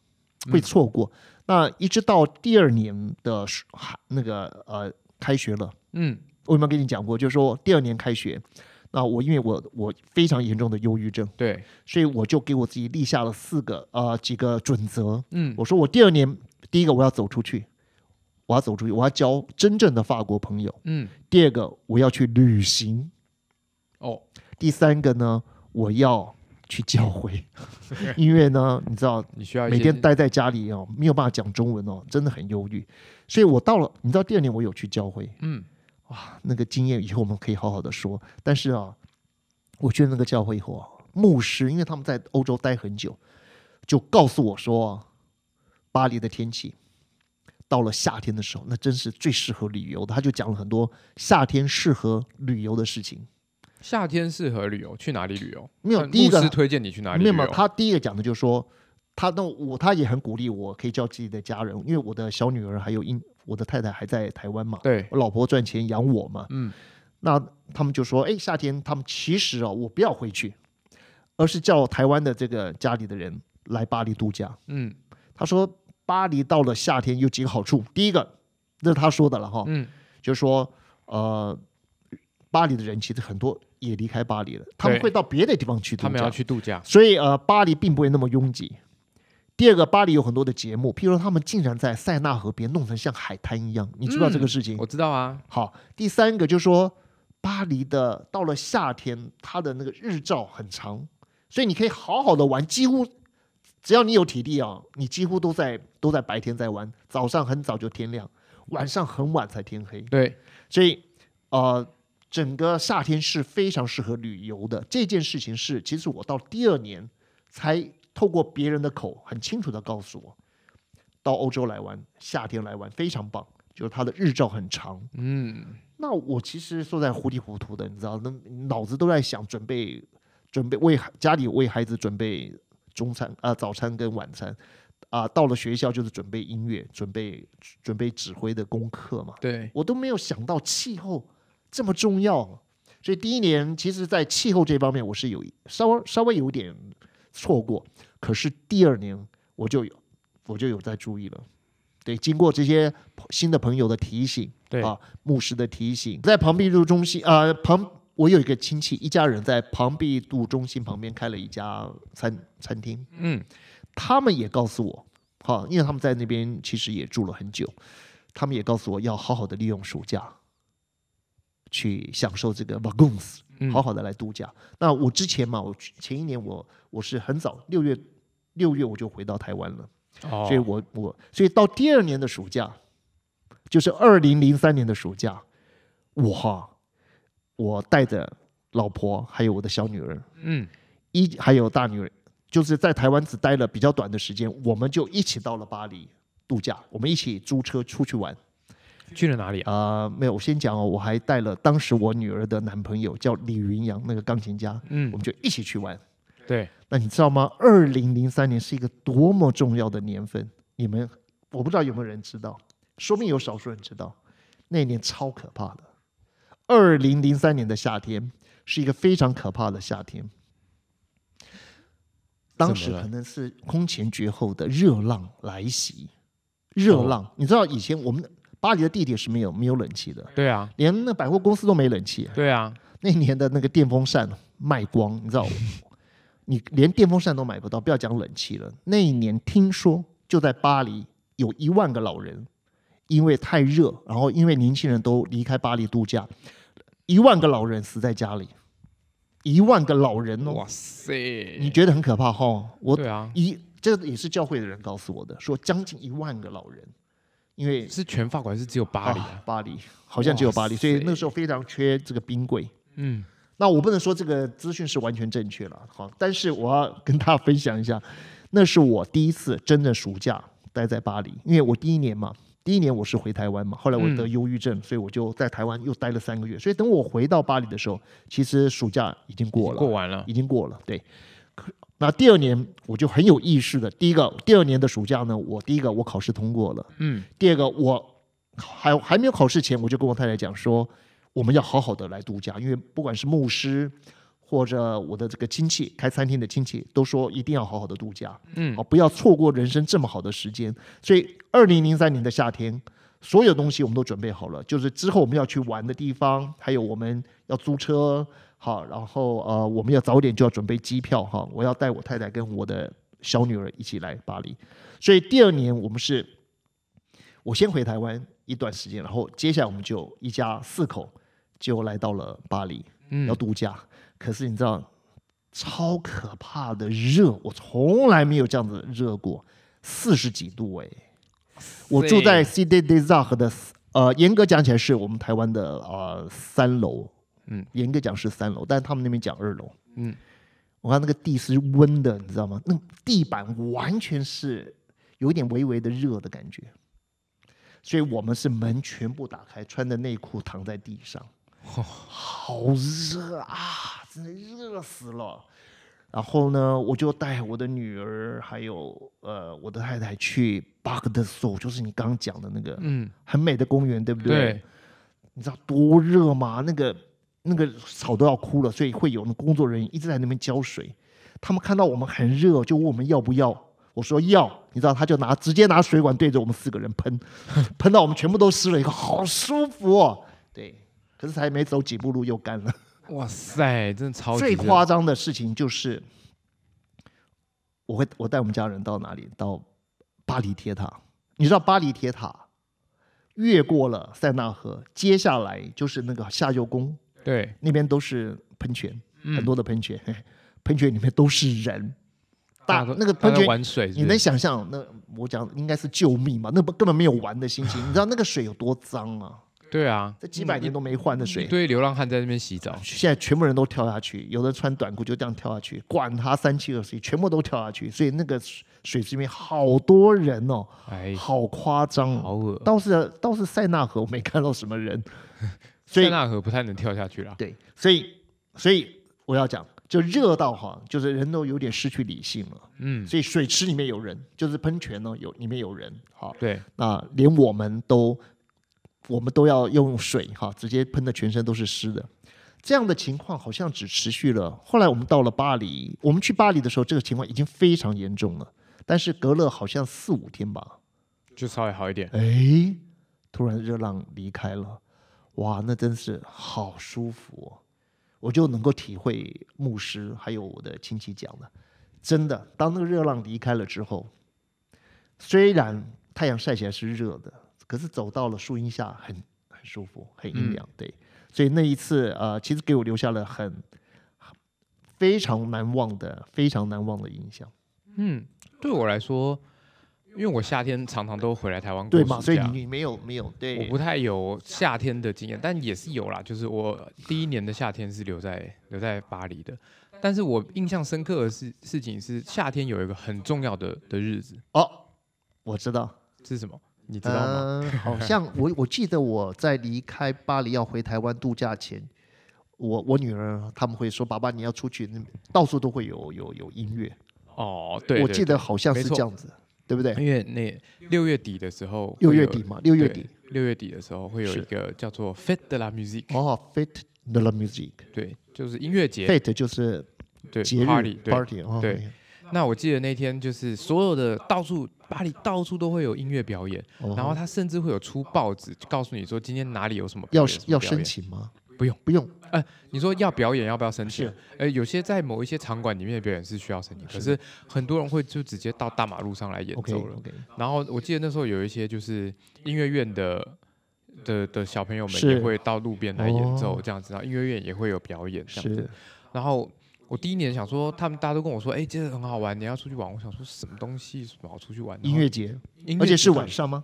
[SPEAKER 1] 嗯
[SPEAKER 2] 会错过。那一直到第二年的暑寒那个呃开学了。
[SPEAKER 1] 嗯，
[SPEAKER 2] 我有没有跟你讲过？就是说第二年开学，那我因为我我非常严重的忧郁症，
[SPEAKER 1] 对，
[SPEAKER 2] 所以我就给我自己立下了四个呃几个准则。
[SPEAKER 1] 嗯，
[SPEAKER 2] 我说我第二年，第一个我要走出去，我要走出去，我要交真正的法国朋友。
[SPEAKER 1] 嗯，
[SPEAKER 2] 第二个我要去旅行，
[SPEAKER 1] 哦，
[SPEAKER 2] 第三个呢我要去教会，因为呢你知道
[SPEAKER 1] 你需啊要一
[SPEAKER 2] 每
[SPEAKER 1] 些
[SPEAKER 2] 天待在家里哦，没有办法讲中文哦，真的很忧郁。所以我到了，你知道第二年我有去教会，
[SPEAKER 1] 嗯，
[SPEAKER 2] 哇，那个经验以后我们可以好好的说。但是啊，我去那个教会以后啊，牧师因为他们在欧洲待很久，就告诉我说啊，巴黎的天气到了夏天的时候，那真是最适合旅游的。他就讲了很多夏天适合旅游的事情。
[SPEAKER 1] 夏天适合旅游，去哪里旅游？
[SPEAKER 2] 没有
[SPEAKER 1] 呃
[SPEAKER 2] 第一个
[SPEAKER 1] 牧师推荐你去哪里
[SPEAKER 2] 没
[SPEAKER 1] 旅
[SPEAKER 2] 有
[SPEAKER 1] 游？
[SPEAKER 2] 没有，他第一个讲的就是说，他那我他也很鼓励我可以叫自己的家人，因为我的小女儿还有英，我的太太还在台湾嘛，
[SPEAKER 1] 对，
[SPEAKER 2] 我老婆赚钱养我嘛，
[SPEAKER 1] 嗯，
[SPEAKER 2] 那他们就说，哎，夏天他们其实啊、我不要回去，而是叫台湾的这个家里的人来巴黎度假。
[SPEAKER 1] 嗯
[SPEAKER 2] 他说，巴黎到了夏天有几个好处，第一个，这是他说的了哈，
[SPEAKER 1] 嗯，
[SPEAKER 2] 就是说，呃，巴黎的人其实很多也离开巴黎了，他们
[SPEAKER 1] 对
[SPEAKER 2] 会到别的地方去度假，
[SPEAKER 1] 他们要去度假，
[SPEAKER 2] 所以呃，巴黎并不会那么拥挤。第二个，巴黎有很多的节目，譬如说他们竟然在塞纳河边弄成像海滩一样，你知不知道这个事情？
[SPEAKER 1] 我知道啊，
[SPEAKER 2] 好，第三个就是说，巴黎的到了夏天，它的那个日照很长，所以你可以好好的玩，几乎只要你有体力啊，你几乎都在都在白天在玩，早上很早就天亮，晚上很晚才天黑。
[SPEAKER 1] 对，
[SPEAKER 2] 所以呃，整个夏天是非常适合旅游的。这件事情是，其实我到第二年才透过别人的口很清楚的告诉我，到欧洲来玩，夏天来玩非常棒，就是它的日照很长。
[SPEAKER 1] 嗯，
[SPEAKER 2] 那我其实说在糊里糊涂的，你知道，那脑子都在想准备准备为孩家里为孩子准备中餐啊、早餐跟晚餐。啊，到了学校就是准备音乐，准备准备指挥的功课嘛。
[SPEAKER 1] 对，
[SPEAKER 2] 我都没有想到气候这么重要。所以第一年，其实在气候这方面我是有稍微稍微有点错过，可是第二年我就有我就有在注意了。对，经过这些新的朋友的提醒，
[SPEAKER 1] 对
[SPEAKER 2] 啊，牧师的提醒，在庞毕度中心，呃，庞我有一个亲戚，一家人在庞毕度中心旁边开了一家餐餐厅，
[SPEAKER 1] 嗯，
[SPEAKER 2] 他们也告诉我，哈，因为他们在那边其实也住了很久，他们也告诉我要好好的利用暑假，去享受这个 vagoons，
[SPEAKER 1] 嗯
[SPEAKER 2] 好好的来度假。那我之前嘛，我去前一年我我是很早六月六月我就回到台湾了，
[SPEAKER 1] 哦，
[SPEAKER 2] 所以我我所以到第二年的暑假，就是二零零三年的暑假，我哈，我带着老婆还有我的小女儿，
[SPEAKER 1] 嗯，
[SPEAKER 2] 一还有大女儿，就是在台湾只待了比较短的时间，我们就一起到了巴黎度假，我们一起租车出去玩。
[SPEAKER 1] 去了哪里啊？
[SPEAKER 2] 啊，没有，我先讲哦，我还带了当时我女儿的男朋友叫李云阳，那个钢琴家，我
[SPEAKER 1] 嗯
[SPEAKER 2] 们，就一起去玩。
[SPEAKER 1] 对，
[SPEAKER 2] 那你知道吗？二零零三年是一个多么重要的年份，你们我不知道有没有人知道，说不定有少数人知道，那一年超可怕的。二零零三年的夏天是一个非常可怕的夏天，当时
[SPEAKER 1] 怎么了
[SPEAKER 2] 可能是空前绝后的热浪来
[SPEAKER 1] 哦
[SPEAKER 2] 袭，热浪，你知道以前我们巴黎的地铁是没有没有冷气的，
[SPEAKER 1] 对啊，
[SPEAKER 2] 连那百货公司都没冷气，
[SPEAKER 1] 对啊，
[SPEAKER 2] 那年的那个电风扇卖光，你知道，你连电风扇都买不到，不要讲冷气了。那一年听说就在巴黎有一万个老人，因为太热，然后因为年轻人都离开巴黎度假，一万个老人死在家里，一万个老人哦，
[SPEAKER 1] 哇塞，
[SPEAKER 2] 你觉得很可怕哈、我
[SPEAKER 1] 对啊，
[SPEAKER 2] 一这也是教会的人告诉我的，说将近一万个老人，因为
[SPEAKER 1] 是全法国还是只有巴黎啊？
[SPEAKER 2] 啊巴黎好像只有巴黎，
[SPEAKER 1] 哇
[SPEAKER 2] 所以
[SPEAKER 1] 塞
[SPEAKER 2] 那时候非常缺这个冰柜。
[SPEAKER 1] 嗯，
[SPEAKER 2] 那我不能说这个资讯是完全正确了，好，但是我要跟大家分享一下，那是我第一次真的暑假待在巴黎，因为我第一年嘛，第一年我是回台湾嘛，后来我得忧郁症，所以我就在台湾又待了三个月，所以等我回到巴黎的时候，其实暑假已经
[SPEAKER 1] 已
[SPEAKER 2] 过
[SPEAKER 1] 经
[SPEAKER 2] 了，
[SPEAKER 1] 过完了，
[SPEAKER 2] 已经过了，对。可那第二年我就很有意识的，第一个第二年的暑假呢，我第一个我考试通过了，
[SPEAKER 1] 嗯，
[SPEAKER 2] 第二个，我还还没有考试前，我就跟我太太讲说，我们要好好的来度假，因为不管是牧师或者我的这个亲戚开餐厅的亲戚，都说一定要好好的度假，
[SPEAKER 1] 嗯
[SPEAKER 2] 哦，不要错过人生这么好的时间。所以，二零零三年的夏天，所有东西我们都准备好了，就是之后我们要去玩的地方，还有我们要租车，好，然后呃，我们要早点就要准备机票哈，我要带我太太跟我的小女儿一起来巴黎。所以第二年我们是，我先回台湾一段时间，然后接下来我们就一家四口就来到了巴黎，要
[SPEAKER 1] 嗯，
[SPEAKER 2] 度假。可是你知道，超可怕的热，我从来没有这样欸子热过，四十几度哎、我住在 C D d e s a r 的呃，严格讲起来是我们台湾的呃三楼，
[SPEAKER 1] 嗯，
[SPEAKER 2] 严格讲是三楼，但是他们那边讲二楼，
[SPEAKER 1] 嗯，
[SPEAKER 2] 我看那个地是温的，你知道吗？那地板完全是有一点微微的热的感觉，所以我们是门全部打开，穿着内裤躺在地上，好热啊，真的热死了。然后呢，我就带我的女儿还有呃我的太太去巴格德索，就是你刚刚讲的那个
[SPEAKER 1] 嗯，
[SPEAKER 2] 很美的公园，对不对？
[SPEAKER 1] 对，
[SPEAKER 2] 你知道多热吗？那个那个草都要枯了，所以会有那工作人员一直在那边浇水。他们看到我们很热，就问我们要不要。我说要，你知道，他就拿直接拿水管对着我们四个人喷， 喷到我们全部都湿了一个，好舒服哦。对，可是才没走几步路又干了。
[SPEAKER 1] 哇塞，真的超级
[SPEAKER 2] 最
[SPEAKER 1] 热
[SPEAKER 2] 夸张的事情就是，我会我带我们家人到哪里？到巴黎铁塔。你知道巴黎铁塔越过了塞纳河，接下来就是那个夏佑宫，
[SPEAKER 1] 对，
[SPEAKER 2] 那边都是喷泉，
[SPEAKER 1] 嗯
[SPEAKER 2] 很多的喷泉， 嘿喷泉里面都是人。大
[SPEAKER 1] 家都
[SPEAKER 2] 那个
[SPEAKER 1] 大
[SPEAKER 2] 喷
[SPEAKER 1] 家
[SPEAKER 2] 泉
[SPEAKER 1] 玩水是不
[SPEAKER 2] 你能
[SPEAKER 1] 是，
[SPEAKER 2] 想象那我讲应该是救命嘛？那不根本没有玩的心情，你知道那个水有多脏啊？
[SPEAKER 1] 对啊，
[SPEAKER 2] 这几百年都没换的水
[SPEAKER 1] 一，堆流浪汉在那边洗澡，
[SPEAKER 2] 啊现在全部人都跳下去，有的穿短裤就这样跳下去，管他三七二十一，全部都跳下去。所以那个水水池里面好多人哦，
[SPEAKER 1] 哎，
[SPEAKER 2] 好夸张哦。
[SPEAKER 1] 好恶。
[SPEAKER 2] 倒是倒是塞纳河，我没看到什么人，
[SPEAKER 1] 塞
[SPEAKER 2] 所以
[SPEAKER 1] 纳河不太能跳下去啦。
[SPEAKER 2] 对，所以所以我要讲，就热到哈，就是人都有点失去理性了。
[SPEAKER 1] 嗯，
[SPEAKER 2] 所以水池里面有人，就是喷泉呢有里面有人，好，
[SPEAKER 1] 对，
[SPEAKER 2] 那连我们都，我们都要用水哈，直接喷的全身都是湿的。这样的情况好像只持续了。后来我们到了巴黎，我们去巴黎的时候，这个情况已经非常严重了。但是隔了好像四五天吧，
[SPEAKER 1] 就稍微好一点。
[SPEAKER 2] 哎，突然热浪离开了，哇，那真是好舒服、哦。我就能够体会牧师还有我的亲戚讲的，真的，当那个热浪离开了之后，虽然太阳晒起来是热的，可是走到了树荫下很很舒服，很阴凉。
[SPEAKER 1] 嗯
[SPEAKER 2] 对，所以那一次呃，其实给我留下了很非常难忘的、非常难忘的印象，
[SPEAKER 1] 嗯，对我来说，因为我夏天常常都回来台湾过
[SPEAKER 2] 对
[SPEAKER 1] 暑
[SPEAKER 2] 吗？
[SPEAKER 1] 假，
[SPEAKER 2] 所以你你没有没有对
[SPEAKER 1] 我不太有夏天的经验，但也是有啦。就是我第一年的夏天是留在留在巴黎的，但是我印象深刻的事事情是夏天有一个很重要的的日子
[SPEAKER 2] 哦，我知道，
[SPEAKER 1] 是什么？你
[SPEAKER 2] 你
[SPEAKER 1] 知道吗？
[SPEAKER 2] 呃 好像我我记得我在离开巴黎要回台湾度假前，我我女儿他们会说：“爸爸，你要出去，那到处都会有有有音乐。
[SPEAKER 1] 哦，对，
[SPEAKER 2] 我
[SPEAKER 1] 对
[SPEAKER 2] 记得好像
[SPEAKER 1] 没
[SPEAKER 2] 是这
[SPEAKER 1] 错
[SPEAKER 2] 样子，对不对？
[SPEAKER 1] 因为那六月底的时候，
[SPEAKER 2] 六月
[SPEAKER 1] 会有
[SPEAKER 2] 底嘛，六月
[SPEAKER 1] 对
[SPEAKER 2] 底。
[SPEAKER 1] 六月底的时候会有
[SPEAKER 2] 是
[SPEAKER 1] 一个叫做 Fête de la Musique，、
[SPEAKER 2] 哦，Fit the Music，Fit
[SPEAKER 1] 对，就是音乐节，
[SPEAKER 2] 就是
[SPEAKER 1] 对
[SPEAKER 2] 节日
[SPEAKER 1] party，对。
[SPEAKER 2] party 哦，
[SPEAKER 1] 对那我记得那天就是所有的到处巴黎到处都会有音乐表演，
[SPEAKER 2] 哦
[SPEAKER 1] 然后他甚至会有出报纸就告诉你说今天哪里有什么表
[SPEAKER 2] 要
[SPEAKER 1] 演什么
[SPEAKER 2] 要
[SPEAKER 1] 表
[SPEAKER 2] 申
[SPEAKER 1] 演
[SPEAKER 2] 请吗？
[SPEAKER 1] 不用
[SPEAKER 2] 不用，
[SPEAKER 1] 你说要表演要不要申请
[SPEAKER 2] 是？
[SPEAKER 1] 呃，有些在某一些场馆里面的表演是需要申请，可是很多人会就直接到大马路上来演
[SPEAKER 2] OK
[SPEAKER 1] 奏了。
[SPEAKER 2] OK，
[SPEAKER 1] 然后我记得那时候有一些就是音乐院的的的小朋友们
[SPEAKER 2] 是
[SPEAKER 1] 也会到路边来演奏
[SPEAKER 2] 哦
[SPEAKER 1] 这样子，然后音乐院也会有表演这样子
[SPEAKER 2] 是。
[SPEAKER 1] 然后我第一年想说，他们大家都跟我说，哎，这个很好玩，你要出去玩。我想说什么东西什么好出去玩？
[SPEAKER 2] 音乐节，
[SPEAKER 1] 然后，
[SPEAKER 2] 而且是
[SPEAKER 1] 音乐
[SPEAKER 2] 晚上吗？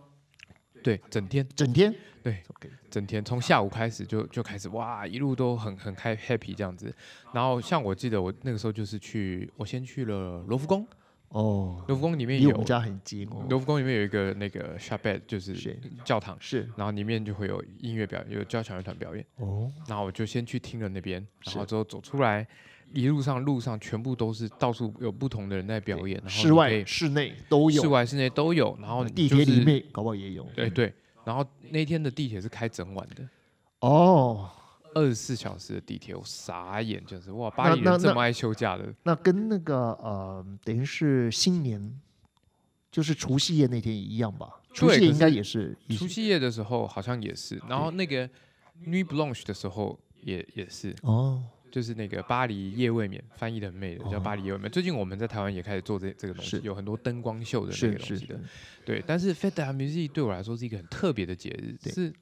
[SPEAKER 1] 对，整天
[SPEAKER 2] 整天？
[SPEAKER 1] 对
[SPEAKER 2] ，OK，
[SPEAKER 1] 整天从下午开始就就开始哇，一路都很很开 happy 这样子。然后像我记得我那个时候就是去，我先去了罗浮宫，
[SPEAKER 2] 哦，
[SPEAKER 1] 罗浮宫里面
[SPEAKER 2] 离
[SPEAKER 1] 有
[SPEAKER 2] 我们家很近哦，
[SPEAKER 1] 罗浮宫里面有一个那个 s h a b e t 就是
[SPEAKER 2] 是
[SPEAKER 1] 教堂，
[SPEAKER 2] 是
[SPEAKER 1] 然后里面就会有音乐表演，有交响乐团表演。
[SPEAKER 2] 哦，
[SPEAKER 1] 然后我就先去听了那边，然后
[SPEAKER 2] 是
[SPEAKER 1] 之后走出来，一路上路上全部都是到处有不同的人在表演，然后
[SPEAKER 2] 室
[SPEAKER 1] 你可
[SPEAKER 2] 外、
[SPEAKER 1] 以
[SPEAKER 2] 室内都有
[SPEAKER 1] 室，外室内都有，然后你
[SPEAKER 2] 地
[SPEAKER 1] 就
[SPEAKER 2] 铁
[SPEAKER 1] 是
[SPEAKER 2] 里，面搞不好也有。
[SPEAKER 1] 对对。然后那天的地铁是开整晚的，
[SPEAKER 2] 哦，
[SPEAKER 1] 二十四小时的地铁，我傻眼，就是哇，
[SPEAKER 2] 那
[SPEAKER 1] 巴黎
[SPEAKER 2] 那
[SPEAKER 1] 人这么爱休假的，
[SPEAKER 2] 那跟那个呃，等于是新年，就是除夕夜那天一样吧？除
[SPEAKER 1] 对
[SPEAKER 2] 夕夜
[SPEAKER 1] 可
[SPEAKER 2] 应该
[SPEAKER 1] 是
[SPEAKER 2] 也是一
[SPEAKER 1] 除夕夜的时候好像也是，然后那个 New Blanche 的时候也也是，
[SPEAKER 2] 哦，
[SPEAKER 1] 就是那个巴黎夜未眠翻译的很美的叫
[SPEAKER 2] 哦
[SPEAKER 1] 巴黎夜未眠。最近我们在台湾也开始做这这个东西
[SPEAKER 2] 是，
[SPEAKER 1] 有很多灯光秀的那
[SPEAKER 2] 是
[SPEAKER 1] 个
[SPEAKER 2] 是
[SPEAKER 1] 东西的
[SPEAKER 2] 是，
[SPEAKER 1] 对。但是 Fête de la Musique 对我来说是一个很特别的节日，
[SPEAKER 2] 对
[SPEAKER 1] 是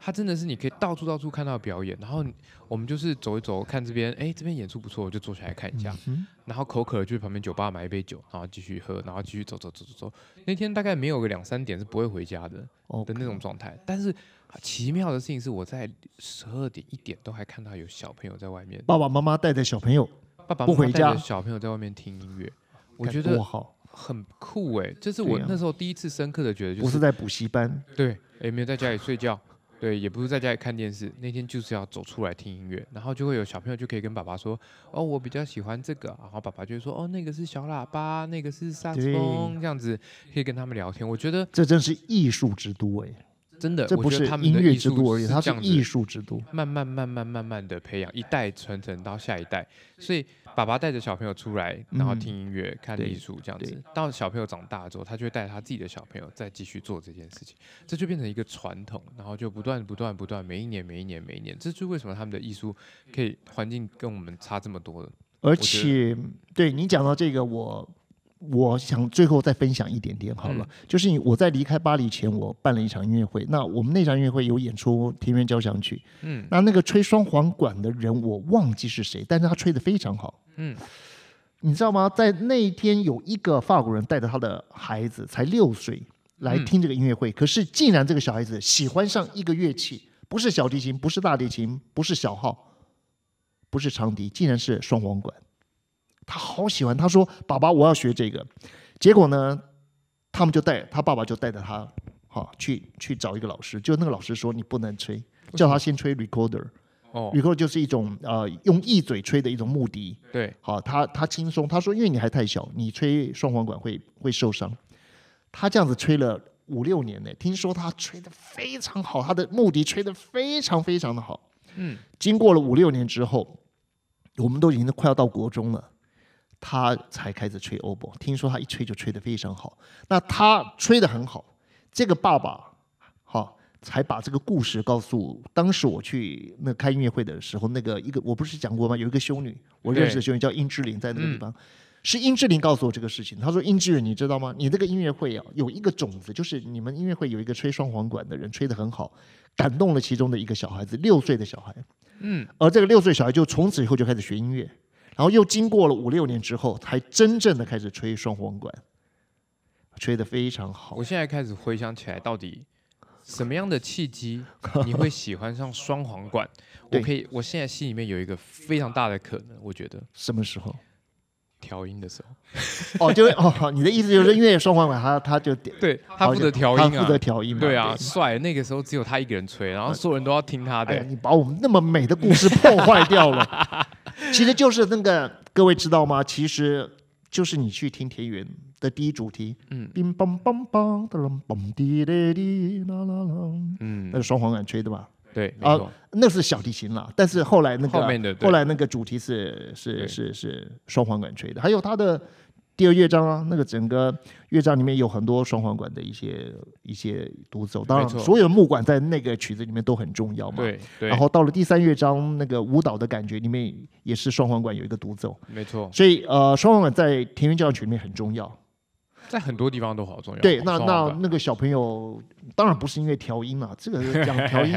[SPEAKER 1] 它真的是你可以到处到处看到表演，然后你我们就是走一走，看这边，哎，这边演出不错，我就坐下来看一
[SPEAKER 2] 嗯
[SPEAKER 1] 下，然后口渴了就去旁边酒吧买一杯酒，然后继续喝，然后继续走走走走走。那天大概没有个两三点是不会回家的
[SPEAKER 2] 哦
[SPEAKER 1] 的那种状态，但是啊奇妙的事情是我在十二点一点都还看到有小朋友在外面，
[SPEAKER 2] 爸爸妈妈带着小朋友，
[SPEAKER 1] 爸爸
[SPEAKER 2] 不
[SPEAKER 1] 妈妈
[SPEAKER 2] 回
[SPEAKER 1] 带着
[SPEAKER 2] 家
[SPEAKER 1] 小朋友在外面听音乐，我
[SPEAKER 2] 感
[SPEAKER 1] 觉
[SPEAKER 2] 多
[SPEAKER 1] 得
[SPEAKER 2] 好，
[SPEAKER 1] 很酷哎、这是我
[SPEAKER 2] 对啊
[SPEAKER 1] 那时候第一次深刻的觉得，就
[SPEAKER 2] 不是在补习班，
[SPEAKER 1] 对，也没有在家里睡觉，对，也不是在家里看电视，那天就是要走出来听音乐，然后就会有小朋友就可以跟爸爸说，哦，我比较喜欢这个，然后爸爸就会说，哦，那个是小喇叭，那个是萨克斯风，这样子可以跟他们聊天。我觉得
[SPEAKER 2] 这真是艺术之都哎，
[SPEAKER 1] 真的，
[SPEAKER 2] 这
[SPEAKER 1] 我
[SPEAKER 2] 不
[SPEAKER 1] 觉
[SPEAKER 2] 是
[SPEAKER 1] 得他们
[SPEAKER 2] 音
[SPEAKER 1] 的
[SPEAKER 2] 乐
[SPEAKER 1] 艺
[SPEAKER 2] 之
[SPEAKER 1] 术
[SPEAKER 2] 都而已，
[SPEAKER 1] 是
[SPEAKER 2] 它
[SPEAKER 1] 这
[SPEAKER 2] 是
[SPEAKER 1] 样子
[SPEAKER 2] 艺术之都。
[SPEAKER 1] 慢慢慢慢慢慢的培养，一代传承到下一代。所以爸爸带着小朋友出来，然后
[SPEAKER 2] 嗯
[SPEAKER 1] 听音乐、看
[SPEAKER 2] 对
[SPEAKER 1] 艺术这样
[SPEAKER 2] 对
[SPEAKER 1] 子。到小朋友长大之后，他就会带他自己的小朋友再继续做这件事情，这就变成一个传统，然后就不断不断不断，每一年每一年每一年，这就是为什么他们的艺术可以环境跟我们差这么多的。
[SPEAKER 2] 而
[SPEAKER 1] 觉得
[SPEAKER 2] 且，对你讲到这个，我我想最后再分享一点点好了，
[SPEAKER 1] 嗯
[SPEAKER 2] 就是你我在离开巴黎前，我办了一场音乐会。那我们那场音乐会有演出《田园交响曲》，
[SPEAKER 1] 嗯，
[SPEAKER 2] 那那个吹双簧管的人我忘记是谁，但是他吹得非常好，
[SPEAKER 1] 嗯，
[SPEAKER 2] 你知道吗？在那一天有一个法国人带着他的孩子，才六岁，来
[SPEAKER 1] 嗯
[SPEAKER 2] 听这个音乐会。可是竟然这个小孩子喜欢上一个乐器，不是小提琴，不是大提琴，不是小号，不是长笛，竟然是双簧管。他好喜欢，他说：“爸爸，我要学这个。”结果呢，他们就带他爸爸就带着他，好、去去找一个老师。就那个老师说：“你不能吹，叫他先吹 recorder。
[SPEAKER 1] 哦，
[SPEAKER 2] recorder 就是一种呃用一嘴吹的一种木笛。
[SPEAKER 1] 对，
[SPEAKER 2] 好，他他轻松，他说因为你还太小，你吹双簧管会会受伤。他这样子吹了五六年呢，听说他吹得非常好，他的目的吹得非常非常的好。
[SPEAKER 1] 嗯，
[SPEAKER 2] 经过了五六年之后，我们都已经快要到国中了。他才开始吹欧博，听说他一吹就吹得非常好。那他吹得很好，这个爸爸好，才把这个故事告诉当时我去那开音乐会的时候，那个一个我不是讲过吗？有一个修女，我认识的修女叫殷志玲，在那个地方。是殷志玲告诉我这个事情，她说：“殷志玲，你知道吗？你这个音乐会啊，有一个种子，就是你们音乐会有一个吹双簧管的人吹得很好，感动了其中的一个小孩子，六岁的小孩。
[SPEAKER 1] 嗯，
[SPEAKER 2] 而这个六岁小孩就从此以后就开始学音乐，然后又经过了五六年之后，才真正的开始吹双簧管，吹得非常好
[SPEAKER 1] 我。现在开始回想起来，到底什么样的契 机你会喜欢上双簧管？我
[SPEAKER 2] 对
[SPEAKER 1] 可以，我现在心里面有一个非常大的可能，我觉得
[SPEAKER 2] 什么时候？”
[SPEAKER 1] 调音的时候。
[SPEAKER 2] 哦，就是哦，好你的意思就是因为双簧管他他就点
[SPEAKER 1] 对他负责调
[SPEAKER 2] 他
[SPEAKER 1] 音
[SPEAKER 2] 负
[SPEAKER 1] 啊
[SPEAKER 2] 责，调音嘛，
[SPEAKER 1] 对啊，帅。那个时候只有他一个人吹，然后所有人都要听他
[SPEAKER 2] 哎呀，
[SPEAKER 1] 的。
[SPEAKER 2] 你把我们那么美的故事破坏掉了。 其实就是那个，各位知道吗？其实就是你去听田园的第一主题，
[SPEAKER 1] 嗯
[SPEAKER 2] 乒乓乓乓，哒啷嘣滴滴滴，啦啦啦，那
[SPEAKER 1] 嗯，
[SPEAKER 2] 是双簧管吹的吧？
[SPEAKER 1] 对，没
[SPEAKER 2] 啊
[SPEAKER 1] 错，
[SPEAKER 2] 那是小提琴啦，但是后来那个
[SPEAKER 1] 后面的对
[SPEAKER 2] 后来那个主题是
[SPEAKER 1] 对
[SPEAKER 2] 是是是双簧管吹的，还有它的第二乐章啊，那个整个乐章里面有很多双簧管的一些一些独奏，当然
[SPEAKER 1] 没错
[SPEAKER 2] 所有的木管在那个曲子里面都很重要嘛。。
[SPEAKER 1] 对对，
[SPEAKER 2] 然后到了第三乐章，那个舞蹈的感觉里面也是双簧管有一个独奏，
[SPEAKER 1] 没错，
[SPEAKER 2] 所以呃，双簧管在田园交响曲里面很重要。
[SPEAKER 1] 在很多地方都好重要。
[SPEAKER 2] 对，那
[SPEAKER 1] 双簧
[SPEAKER 2] 那
[SPEAKER 1] 管
[SPEAKER 2] 那个小朋友当然不是因为调音啊了，这个 讲调音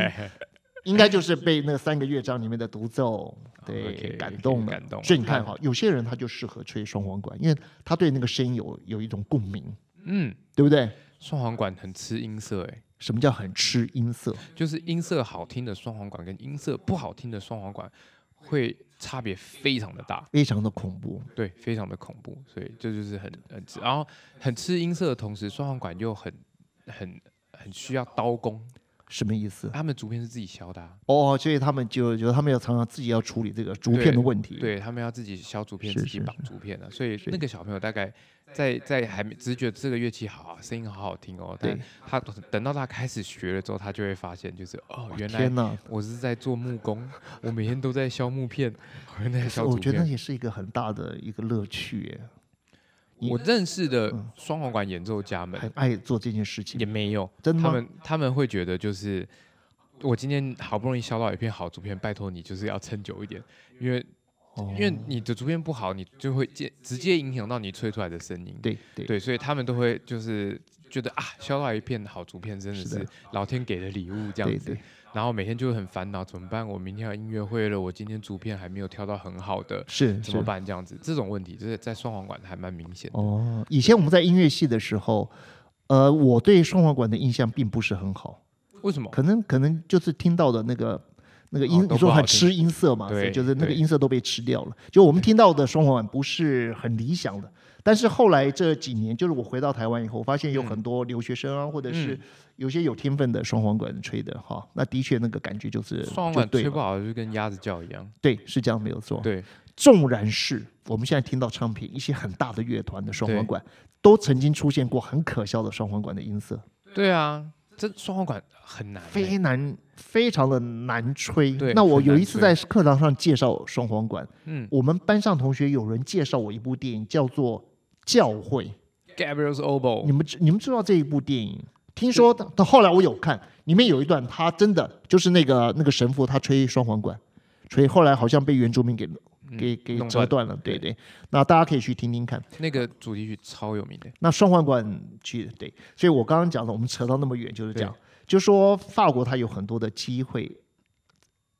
[SPEAKER 2] 应该就是被那三个乐章里面的独奏
[SPEAKER 1] 啊
[SPEAKER 2] 对
[SPEAKER 1] OK，
[SPEAKER 2] 感动了。
[SPEAKER 1] 感动了
[SPEAKER 2] 所以你看哈，有些人他就适合吹双簧管，因为他对那个声音有有一种共鸣，
[SPEAKER 1] 嗯，
[SPEAKER 2] 对不对？
[SPEAKER 1] 双簧管很吃音色，哎，
[SPEAKER 2] 什么叫很吃音色？
[SPEAKER 1] 就是音色好听的双簧管跟音色不好听的双簧管会差别非常的大，
[SPEAKER 2] 非常的恐怖。
[SPEAKER 1] 对，非常的恐怖。所以这就是很很吃，然后很吃音色的同时，双簧管又很很很需要刀工，
[SPEAKER 2] 什么意思？
[SPEAKER 1] 他们竹片是自己削的啊、
[SPEAKER 2] 哦，所以他们就就他们要常常自己要处理这个竹片的问题。，
[SPEAKER 1] 对他们要自己削竹片，
[SPEAKER 2] 是
[SPEAKER 1] 自己
[SPEAKER 2] 是
[SPEAKER 1] 绑竹片的、所以
[SPEAKER 2] 是
[SPEAKER 1] 那个小朋友大概在在还没只觉得这个乐器好啊，声音好好听哦。但
[SPEAKER 2] 对
[SPEAKER 1] 他等到他开始学了之后，他就会发现就是哦，原来
[SPEAKER 2] 天哪！
[SPEAKER 1] 我是在做木工，我每天都在削木片， 我原来在削
[SPEAKER 2] 我
[SPEAKER 1] 竹
[SPEAKER 2] 觉得那
[SPEAKER 1] 片。
[SPEAKER 2] 也是一个很大的一个乐趣耶，
[SPEAKER 1] 我认识的
[SPEAKER 2] 嗯
[SPEAKER 1] 双簧管演奏家们
[SPEAKER 2] 很爱做这件事情
[SPEAKER 1] 也。没有，
[SPEAKER 2] 真的
[SPEAKER 1] 他
[SPEAKER 2] 吗
[SPEAKER 1] 们他们会觉得就是，我今天好不容易削到一片好竹片，拜托你就是要撑久一点，因为
[SPEAKER 2] 哦
[SPEAKER 1] 因为你的竹片不好，你就会直直接影响到你吹出来的声音。
[SPEAKER 2] 对对
[SPEAKER 1] 对，所以他们都会就是觉得啊，削到一片好竹片，真的
[SPEAKER 2] 是的
[SPEAKER 1] 是老天给的礼物这样
[SPEAKER 2] 对
[SPEAKER 1] 子。
[SPEAKER 2] 对，
[SPEAKER 1] 然后每天就会很烦恼，怎么办？我明天有音乐会了，我今天竹片还没有挑到很好的，
[SPEAKER 2] 是
[SPEAKER 1] 怎么
[SPEAKER 2] 是。
[SPEAKER 1] 办？这样子，这种问题就是在双簧管还蛮明显的。
[SPEAKER 2] 哦，以前我们在音乐系的时候，呃，我对双簧管的印象并不是很好，
[SPEAKER 1] 为什么？
[SPEAKER 2] 可能可能就是听到的那个那个
[SPEAKER 1] 哦
[SPEAKER 2] 音，
[SPEAKER 1] 都不
[SPEAKER 2] 你说
[SPEAKER 1] 好
[SPEAKER 2] 很
[SPEAKER 1] 听
[SPEAKER 2] 吃音色嘛，
[SPEAKER 1] 对
[SPEAKER 2] 所以就是那个
[SPEAKER 1] 对
[SPEAKER 2] 音色都被吃掉了。就我们听到的双簧管不是很理想的，但是后来这几年，就是我回到台湾以后，发现有很多留学生啊，或者是
[SPEAKER 1] 嗯
[SPEAKER 2] 有些有天分的双簧管吹的哈，那的确那个感觉就是
[SPEAKER 1] 双簧
[SPEAKER 2] 就
[SPEAKER 1] 管
[SPEAKER 2] 对
[SPEAKER 1] 吹
[SPEAKER 2] 哦了
[SPEAKER 1] 不好就跟鸭子叫一样。
[SPEAKER 2] 对，是这样没有错。
[SPEAKER 1] 对，
[SPEAKER 2] 纵然是我们现在听到唱片一些很大的乐团的双簧管，都曾经出现过很可笑的双簧管的音色，
[SPEAKER 1] 对啊，这双簧管很难欸、
[SPEAKER 2] 非难，非常的难吹。
[SPEAKER 1] 对
[SPEAKER 2] 那我
[SPEAKER 1] 很难
[SPEAKER 2] 有一次
[SPEAKER 1] 吹
[SPEAKER 2] 在课堂上介绍双簧管，
[SPEAKER 1] 嗯
[SPEAKER 2] 我们班上同学有人介绍我一部电影叫做《教会》，
[SPEAKER 1] Gabriel's Oboe，
[SPEAKER 2] 你们知你们知道这一部电影？听说到到后来我有看，里面有一段他真的就是那个那个神父他吹双簧管，吹后来好像被原住民给
[SPEAKER 1] 嗯
[SPEAKER 2] 给给
[SPEAKER 1] 弄
[SPEAKER 2] 折
[SPEAKER 1] 断
[SPEAKER 2] 断了，对对。那大家可以去听听看。
[SPEAKER 1] 那个主题曲超有名的。
[SPEAKER 2] 那双簧管去对，所以我刚刚讲的，我们扯到那么远就是这样，就说法国它有很多的机会，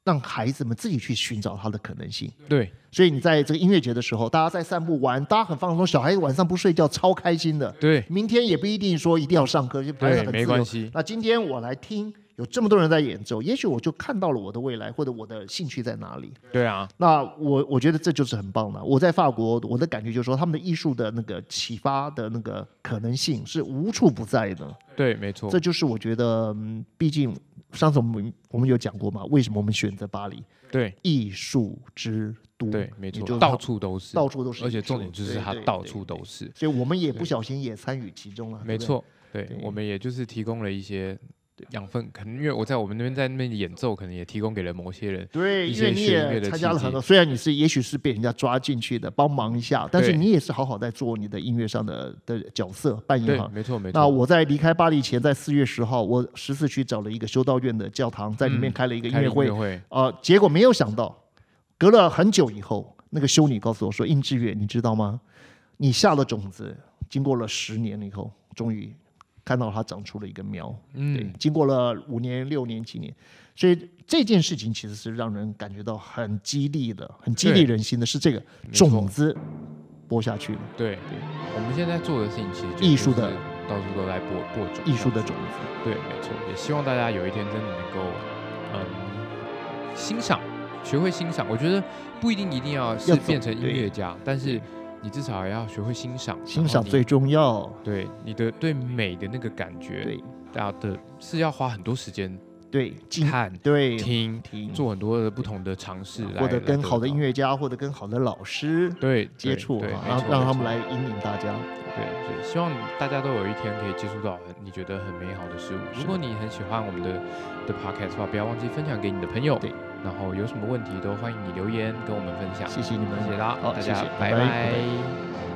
[SPEAKER 2] 让孩子们自己去寻找它的可能性。
[SPEAKER 1] 对，
[SPEAKER 2] 所以你在这个音乐节的时候，大家在散步玩，大家很放松，小孩子晚上不睡觉超开心的。
[SPEAKER 1] 对，
[SPEAKER 2] 明天也不一定说一定要上课，就反正
[SPEAKER 1] 对，
[SPEAKER 2] 很
[SPEAKER 1] 没
[SPEAKER 2] 自
[SPEAKER 1] 关
[SPEAKER 2] 由。
[SPEAKER 1] 系。
[SPEAKER 2] 那今天我来听，有这么多人在演奏，也许我就看到了我的未来，或者我的兴趣在哪里。
[SPEAKER 1] 对啊，
[SPEAKER 2] 那我我觉得这就是很棒的。我在法国，我的感觉就是说，他们的艺术的那个启发的那个可能性是无处不在的。
[SPEAKER 1] 对，没错
[SPEAKER 2] 这。就是我觉得，嗯，毕竟上次我们我们有讲过嘛，为什么我们选择巴黎，
[SPEAKER 1] 对，
[SPEAKER 2] 艺术之都？
[SPEAKER 1] 对，没
[SPEAKER 2] 也就是
[SPEAKER 1] 错，到处都是，
[SPEAKER 2] 到处都是艺术，
[SPEAKER 1] 而且重点就是
[SPEAKER 2] 对
[SPEAKER 1] 它到处。
[SPEAKER 2] 对对
[SPEAKER 1] 都是。
[SPEAKER 2] 所以我们也不小心也参与其中了，
[SPEAKER 1] 没
[SPEAKER 2] 对不对。
[SPEAKER 1] 错，对
[SPEAKER 2] 对
[SPEAKER 1] 我们也就是提供了一些养分，可能因为我在我们那边在那边演奏，可能也提供给了某些人。
[SPEAKER 2] 对，
[SPEAKER 1] 一
[SPEAKER 2] 因为
[SPEAKER 1] 些
[SPEAKER 2] 你
[SPEAKER 1] 学乐
[SPEAKER 2] 也
[SPEAKER 1] 的
[SPEAKER 2] 参加
[SPEAKER 1] 契
[SPEAKER 2] 了很
[SPEAKER 1] 机
[SPEAKER 2] 多，虽然你是也许是被人家抓进去的，帮忙一下，但是
[SPEAKER 1] 对
[SPEAKER 2] 你也是好好在做你的音乐上的的角色扮演
[SPEAKER 1] 对
[SPEAKER 2] 嗯好，。
[SPEAKER 1] 没错，没
[SPEAKER 2] 那
[SPEAKER 1] 错。
[SPEAKER 2] 我在离开巴黎前，在四月十号，我十四区找了一个修道院的教堂，在里面开了一个音
[SPEAKER 1] 嗯开
[SPEAKER 2] 乐会
[SPEAKER 1] 音乐。会，
[SPEAKER 2] 呃，结果没有想到，隔了很久以后，那个修女告诉我说：“应志远，你知道吗？你下了种子，经过了十年以后，终于看到它长出了一个苗。对
[SPEAKER 1] 嗯，，
[SPEAKER 2] 经过了五年、六年、七年，所以这件事情其实是让人感觉到很激励的，很激
[SPEAKER 1] 对
[SPEAKER 2] 励人心的，是这个
[SPEAKER 1] 没错
[SPEAKER 2] 种子播下去了，
[SPEAKER 1] 对，我们现在做的事情其实就
[SPEAKER 2] 艺术
[SPEAKER 1] 就是
[SPEAKER 2] 的
[SPEAKER 1] 到处都在播播种，
[SPEAKER 2] 艺术的种子。”
[SPEAKER 1] 对，没错。也希望大家有一天真的能够，嗯，欣赏，学会欣赏。我觉得不一定一定要是
[SPEAKER 2] 要走
[SPEAKER 1] 变成音
[SPEAKER 2] 对
[SPEAKER 1] 乐家，但是你至少也要学会欣赏，然
[SPEAKER 2] 欣
[SPEAKER 1] 后
[SPEAKER 2] 赏
[SPEAKER 1] 你
[SPEAKER 2] 最重要。
[SPEAKER 1] 对你的对美的那个感觉，
[SPEAKER 2] 对
[SPEAKER 1] 大家的是要花很多时间
[SPEAKER 2] 对，进
[SPEAKER 1] 看、
[SPEAKER 2] 对
[SPEAKER 1] 听、
[SPEAKER 2] 听
[SPEAKER 1] 做很多的不同的尝试，
[SPEAKER 2] 或者
[SPEAKER 1] 来
[SPEAKER 2] 跟好的音。
[SPEAKER 1] 来得到
[SPEAKER 2] 乐家或者跟好的老师
[SPEAKER 1] 对
[SPEAKER 2] 接触
[SPEAKER 1] 对，对
[SPEAKER 2] 啊，
[SPEAKER 1] 没
[SPEAKER 2] 让
[SPEAKER 1] 错
[SPEAKER 2] 让
[SPEAKER 1] 没
[SPEAKER 2] 他们
[SPEAKER 1] 错
[SPEAKER 2] 来引领大家。
[SPEAKER 1] 对，所以希望大家都有一天可以接触到很你觉得很美好的事物。
[SPEAKER 2] 是
[SPEAKER 1] 如果你很喜欢我们的的 podcast 的话，不要忘记分享给你的朋友。
[SPEAKER 2] 对，
[SPEAKER 1] 然后有什么问题都欢迎你留言跟我们分享。
[SPEAKER 2] 谢谢你们，
[SPEAKER 1] 谢谢大家，
[SPEAKER 2] 好，
[SPEAKER 1] 大
[SPEAKER 2] 谢
[SPEAKER 1] 家
[SPEAKER 2] 谢，
[SPEAKER 1] 拜
[SPEAKER 2] 拜拜
[SPEAKER 1] 拜